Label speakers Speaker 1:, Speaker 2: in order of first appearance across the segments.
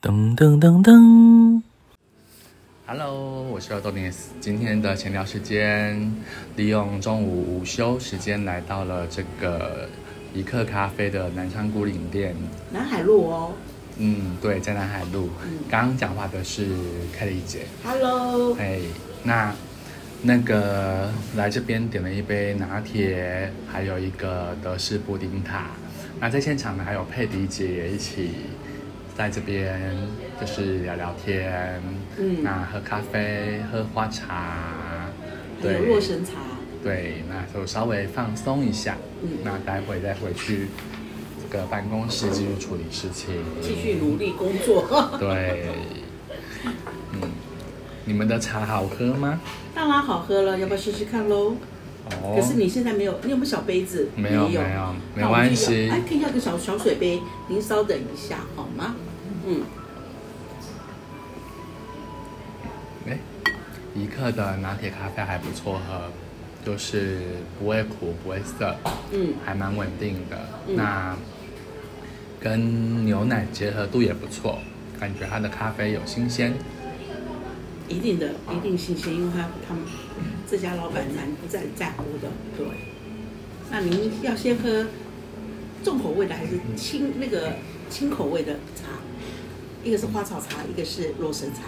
Speaker 1: 噔噔噔噔，
Speaker 2: Hello，我是 Adonis。今天的闲聊时间，利用中午午休时间来到了这个一刻咖啡的南昌古岭店。
Speaker 3: 南海路哦
Speaker 2: 嗯，对，在南海路。刚刚讲话的是凯丽姐。
Speaker 3: ，Hello，
Speaker 2: 哎，那那个来这边点了一杯拿铁，还有一个德式布丁塔。那在现场呢，还有佩迪姐也一起在这边，就是聊聊天，
Speaker 3: 嗯
Speaker 2: 那喝咖啡、喝花茶，
Speaker 3: 还有洛神茶，
Speaker 2: 对，那就稍微放松一下。
Speaker 3: 嗯
Speaker 2: 那待会再回去这个办公室继续处理事情，
Speaker 3: 继续努力工 作，
Speaker 2: 对，嗯，你们的茶好喝吗？
Speaker 3: 当然好喝了，要不要试试看喽？
Speaker 2: 哦，
Speaker 3: 可是你现在没有，你有没有小杯子？
Speaker 2: 没有没有没关系
Speaker 3: 那我们就要哎，可以要个小小水杯，您稍等一下好吗？嗯，
Speaker 2: 哎，一克的拿铁咖啡还不错喝，就是不会苦不会涩，
Speaker 3: 嗯，
Speaker 2: 还蛮稳定的。
Speaker 3: 嗯
Speaker 2: 那跟牛奶结合度也不错，感觉它的咖啡有新鲜。
Speaker 3: 一定的，一定新鲜，因为他他们这家老板蛮在在乎的，对。那您要先喝重口味的还是轻那个轻口味的茶？一个是花草茶，一个是洛神茶。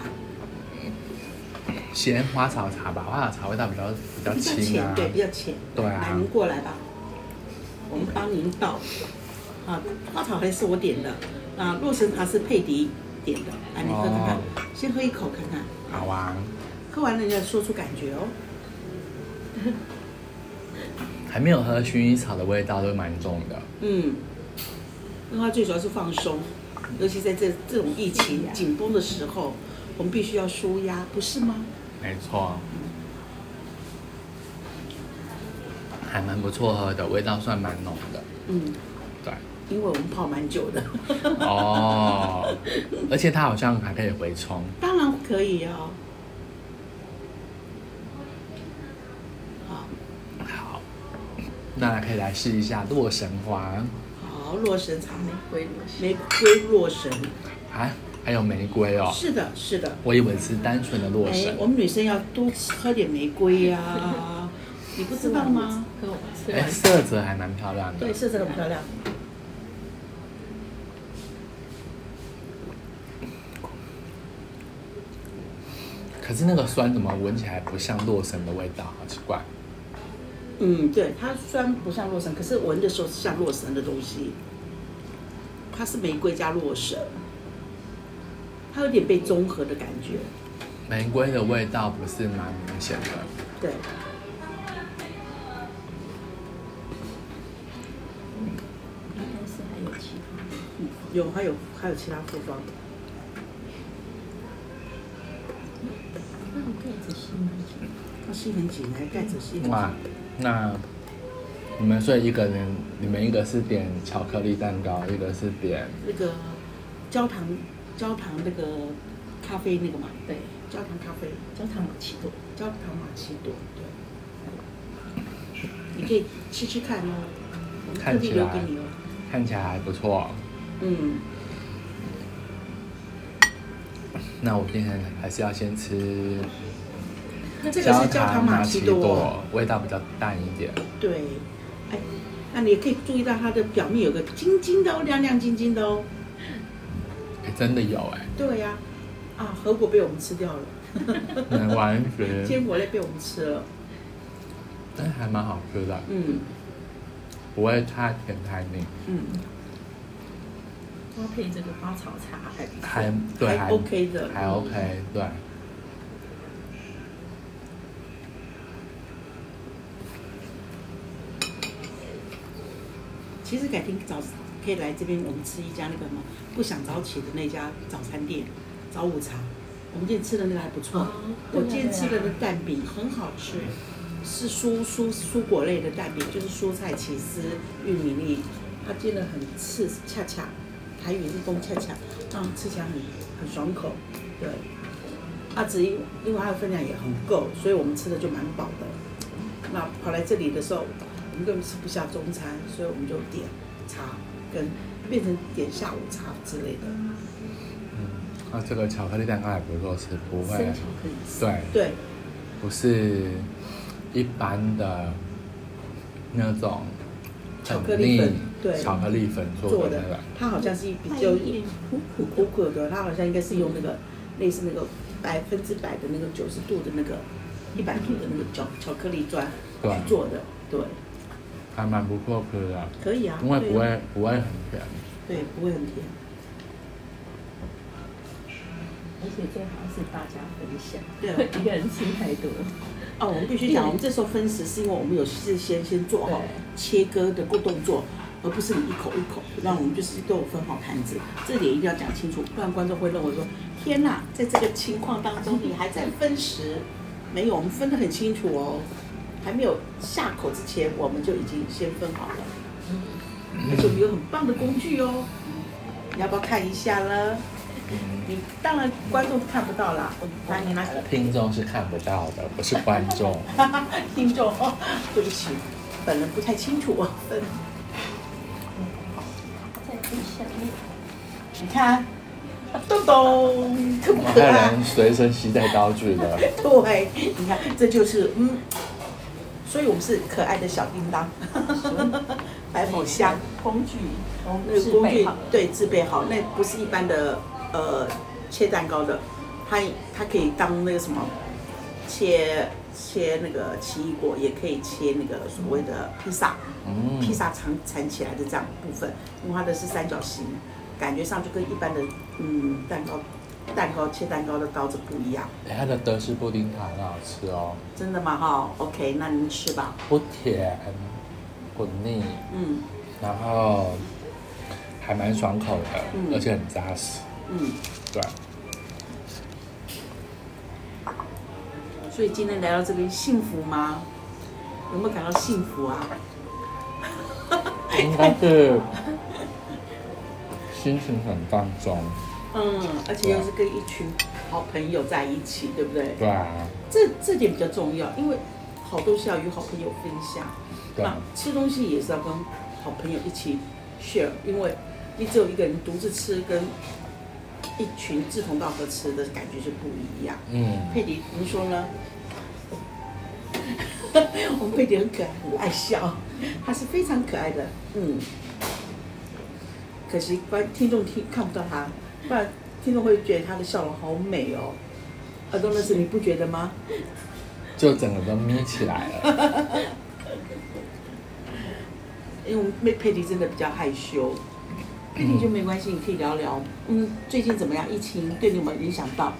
Speaker 2: 先花草茶吧，花草茶味道比较比较
Speaker 3: 比较
Speaker 2: 轻啊
Speaker 3: 浅，。对，比较浅。
Speaker 2: 对啊
Speaker 3: 来，您过来吧，我们帮您倒。啊，花草还是我点的，啊，洛神茶是佩迪点的。来，你喝看看，
Speaker 2: 哦
Speaker 3: 先喝一口看看，
Speaker 2: 好啊，
Speaker 3: 喝完了你要说出感觉哦。
Speaker 2: 还没有喝薰衣草的味道，都蛮重的。
Speaker 3: 嗯，因为它最主要是放松，尤其在这这种疫情紧绷的时候，我们必须要舒压，不是吗？
Speaker 2: 没错，还蛮不错喝的，味道算蛮浓的。
Speaker 3: 嗯，
Speaker 2: 对。
Speaker 3: 因为我们泡蛮 久的，
Speaker 2: 哦，而且它好像还可以回冲，
Speaker 3: 当然可以哦。好。
Speaker 2: 好，那可以来试一下洛神花
Speaker 3: 好，洛神茶玫瑰，玫瑰洛神，
Speaker 2: 啊，还有玫瑰哦，
Speaker 3: 是的，是的。
Speaker 2: 我以为是单纯的洛
Speaker 3: 哎
Speaker 2: 神，，
Speaker 3: 我们女生要多喝点玫瑰呀、 你不知道吗？
Speaker 4: 喝完吃
Speaker 2: 哎、
Speaker 4: 完
Speaker 2: 色泽还蛮漂亮的
Speaker 3: 对，，色泽很漂亮。
Speaker 2: 可是那个酸怎么闻起来不像洛神的味道，好奇怪。
Speaker 3: 嗯，对，它虽然不像洛神，可是闻的时候是像洛神的东西。它是玫瑰加洛神，它有点被综合的感觉。
Speaker 2: 玫瑰的味道不是蛮明显的，
Speaker 3: 对，嗯
Speaker 4: 但是还有其他的。
Speaker 3: 有还有还有其他复方。
Speaker 4: 那我盖子吸蛮久，
Speaker 3: 它吸很紧，来盖子吸很紧。
Speaker 2: 哇，那你们所以一个人，你们一个是点巧克力蛋糕，一个是点
Speaker 3: 那个焦糖焦糖那个咖啡那个嘛，
Speaker 4: 对，
Speaker 3: 焦糖咖啡，
Speaker 4: 焦糖玛奇朵，
Speaker 3: 焦糖玛奇朵，对。你可以吃吃看哦，我们
Speaker 2: 嗯
Speaker 3: 特
Speaker 2: 看
Speaker 3: 地
Speaker 2: 起
Speaker 3: 留
Speaker 2: 来
Speaker 3: 给你哦。
Speaker 2: 看起来还不错，
Speaker 3: 嗯，
Speaker 2: 那我变成还是要先吃
Speaker 3: 那这个是焦糖玛奇
Speaker 2: 奇
Speaker 3: 朵，，
Speaker 2: 味道比较淡一点。
Speaker 3: 对。哎，那你也可以注意到它的表面有个晶晶的哦，亮亮晶晶的哦。
Speaker 2: 哎，真的有哎、
Speaker 3: 对呀、啊，核果被我们吃掉了，
Speaker 2: 南完全，
Speaker 3: 坚果类被我们吃了。
Speaker 2: 但还蛮好吃的，
Speaker 3: 嗯
Speaker 2: 不会太甜太腻，
Speaker 3: 嗯，
Speaker 4: 搭配这个花草茶，还不错
Speaker 2: 还对
Speaker 3: 还 OK 的
Speaker 2: 还 OK 对。
Speaker 3: 其实改天早可以来这边，我们吃一家那个什么不想早起的那家早餐店，早午茶。我们今天吃的那个还不错，
Speaker 4: 哦
Speaker 3: 我
Speaker 4: 对啊
Speaker 3: 今天吃的那蛋饼很好吃，是蔬蔬蔬果类的蛋饼，就是蔬菜起司、玉米粒，它煎的很刺恰恰，台语是风恰恰，啊，吃起来很很爽口，对。啊，只因因为它的分量也很够，所以我们吃的就蛮饱的。那跑来这里的时候，我们根本吃不下中餐，所以我们就点茶跟变成点下午茶之类的。
Speaker 2: 嗯，那这个巧克力蛋糕也不是肉丝，不会啊
Speaker 4: 生，巧克力丝，
Speaker 2: 对，
Speaker 3: 对，
Speaker 2: 不是一般的那种
Speaker 3: 巧克
Speaker 2: 很
Speaker 3: 力粉
Speaker 2: 腻
Speaker 3: 对
Speaker 2: 巧克力粉
Speaker 3: 做
Speaker 2: 做的
Speaker 3: 的
Speaker 2: 那个，
Speaker 3: 它好像是比
Speaker 4: 它
Speaker 3: 较
Speaker 4: 有一点苦苦
Speaker 3: 苦苦的，它好像应该是用那个类似那个百分之百的那个九十度的那个一百度的那个巧巧克力砖
Speaker 2: 对啊
Speaker 3: 去做的，对，
Speaker 2: 还蛮不错吃的，
Speaker 3: 可以啊，
Speaker 2: 因为
Speaker 3: 对啊
Speaker 2: 不会不会很甜。
Speaker 3: 对不会很甜，
Speaker 4: 而且最好是大家分享，
Speaker 3: 对啊
Speaker 4: 一个人吃太多，
Speaker 3: 哦，我们必须讲，我们这时候分食是因为我们有事先先做好
Speaker 4: 对
Speaker 3: 切割的过动作，而不是你一口一口，那我们就是都有分好盘子，这点一定要讲清楚，不然观众会认为说，天哪，在这个情况当中你还在分食，没有，我们分得很清楚哦，还没有下口之前我们就已经先分好了，而且我们有很棒的工具哦，你要不要看一下呢？你当然观众看不到啦，我拿你拿个。
Speaker 2: 听众是看不到的，不是观众。
Speaker 3: 哈哈， 听众，对不起，本人不太清楚。嗯
Speaker 4: 再分享一点
Speaker 3: 你看，啊咚咚，可不
Speaker 2: 我
Speaker 3: 可
Speaker 2: 还
Speaker 3: 爱
Speaker 2: 能？随身携带刀具 的，
Speaker 3: 对，你看，这就是嗯，所以我们是可爱的小叮当，百宝箱工具，
Speaker 4: 我
Speaker 3: 那
Speaker 4: 们
Speaker 3: 个
Speaker 4: 是
Speaker 3: 工
Speaker 4: 备
Speaker 3: 具
Speaker 4: 好了，
Speaker 3: 对自备好，那不是一般的呃切蛋糕的，它它可以当那个什么切切那个奇异果，也可以切那个所谓的披萨。
Speaker 2: 嗯，
Speaker 3: 披萨缠缠起来的这样部分，因为它的是三角形，感觉上就跟一般的嗯蛋糕蛋糕切蛋糕的刀子不一样，
Speaker 2: 哎它的德式布丁塔很好吃哦，
Speaker 3: 真的吗？哈、o k 那您吃吧。
Speaker 2: 不甜，不腻，
Speaker 3: 嗯
Speaker 2: 然后还蛮爽口的，
Speaker 3: 嗯
Speaker 2: 而且很扎实，
Speaker 3: 嗯，
Speaker 2: 对，
Speaker 3: 所以今天来到这边幸福吗？有没有感到幸福啊？
Speaker 2: 应该是心情很放松，
Speaker 3: 嗯，而且又是跟一群好朋友在一起，对不对？
Speaker 2: 对啊，
Speaker 3: 这这点比较重要，因为好东西要与好朋友分享。
Speaker 2: 对
Speaker 3: 那
Speaker 2: 啊，
Speaker 3: 吃东西也是要跟好朋友一起 share，因为你只有一个人独自吃，跟一群志同道合吃的感觉是不一样。
Speaker 2: 嗯，
Speaker 3: 佩迪，您说 呢？我们佩迪很可爱，很爱笑，她是非常可爱的。嗯，可惜观听众听看不到她，不然听众会觉得她的笑容好美哦。耳朵老师，你不觉得吗？
Speaker 2: 就整个都眯起来 了，
Speaker 3: 因为我们佩佩迪真的比较害羞，佩迪就没关系，你可以聊聊。嗯，最近怎么样？疫情对你有没有影响到？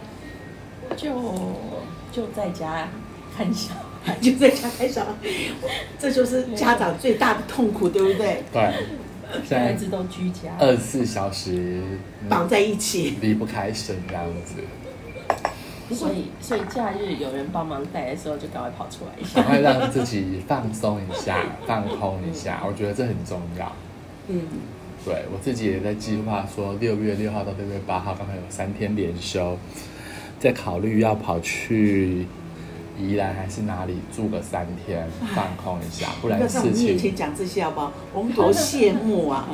Speaker 4: 就就在家看小孩，
Speaker 3: 就在家开小孩，这就是家长最大的痛苦，对不对？
Speaker 2: 对，现
Speaker 4: 孩
Speaker 2: 在
Speaker 4: 子都居家，
Speaker 2: 二十四小时嗯
Speaker 3: 绑在一起，
Speaker 2: 离不开身这样子，
Speaker 4: 所以所以假日有人帮忙带的时候，就赶快跑出来一下
Speaker 2: 赶。快让自己放松一下， 放空一下，我觉得这很重要。
Speaker 3: 嗯，
Speaker 2: 对我自己也在计划说，六月六号到六月八号，刚好有三天连休，在考虑要跑去宜兰还是哪里住个三天，放空一下，不
Speaker 3: 不要
Speaker 2: 然
Speaker 3: 在我
Speaker 2: 事
Speaker 3: 们面前
Speaker 2: 情
Speaker 3: 讲这些好不好？我们多羡慕啊！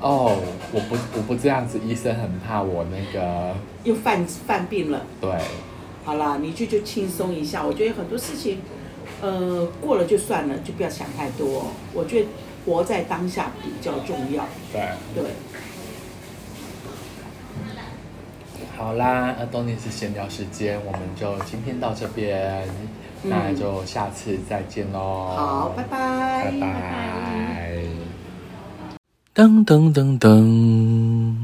Speaker 2: 哦，我不我不这样子，医生很怕我那个，
Speaker 3: 又犯犯病了，
Speaker 2: 对
Speaker 3: 好啦，你去就轻松一下。我觉得很多事情，呃，过了就算了，就不要想太多。我觉得活在当下比较重要，
Speaker 2: 对，
Speaker 3: 对。
Speaker 2: 好啦，呃，东尼是闲聊时间，我们就今天到这边，
Speaker 3: 嗯
Speaker 2: 那就下次再见喽，
Speaker 3: 好，拜拜，
Speaker 2: 拜拜
Speaker 1: 噔噔噔噔。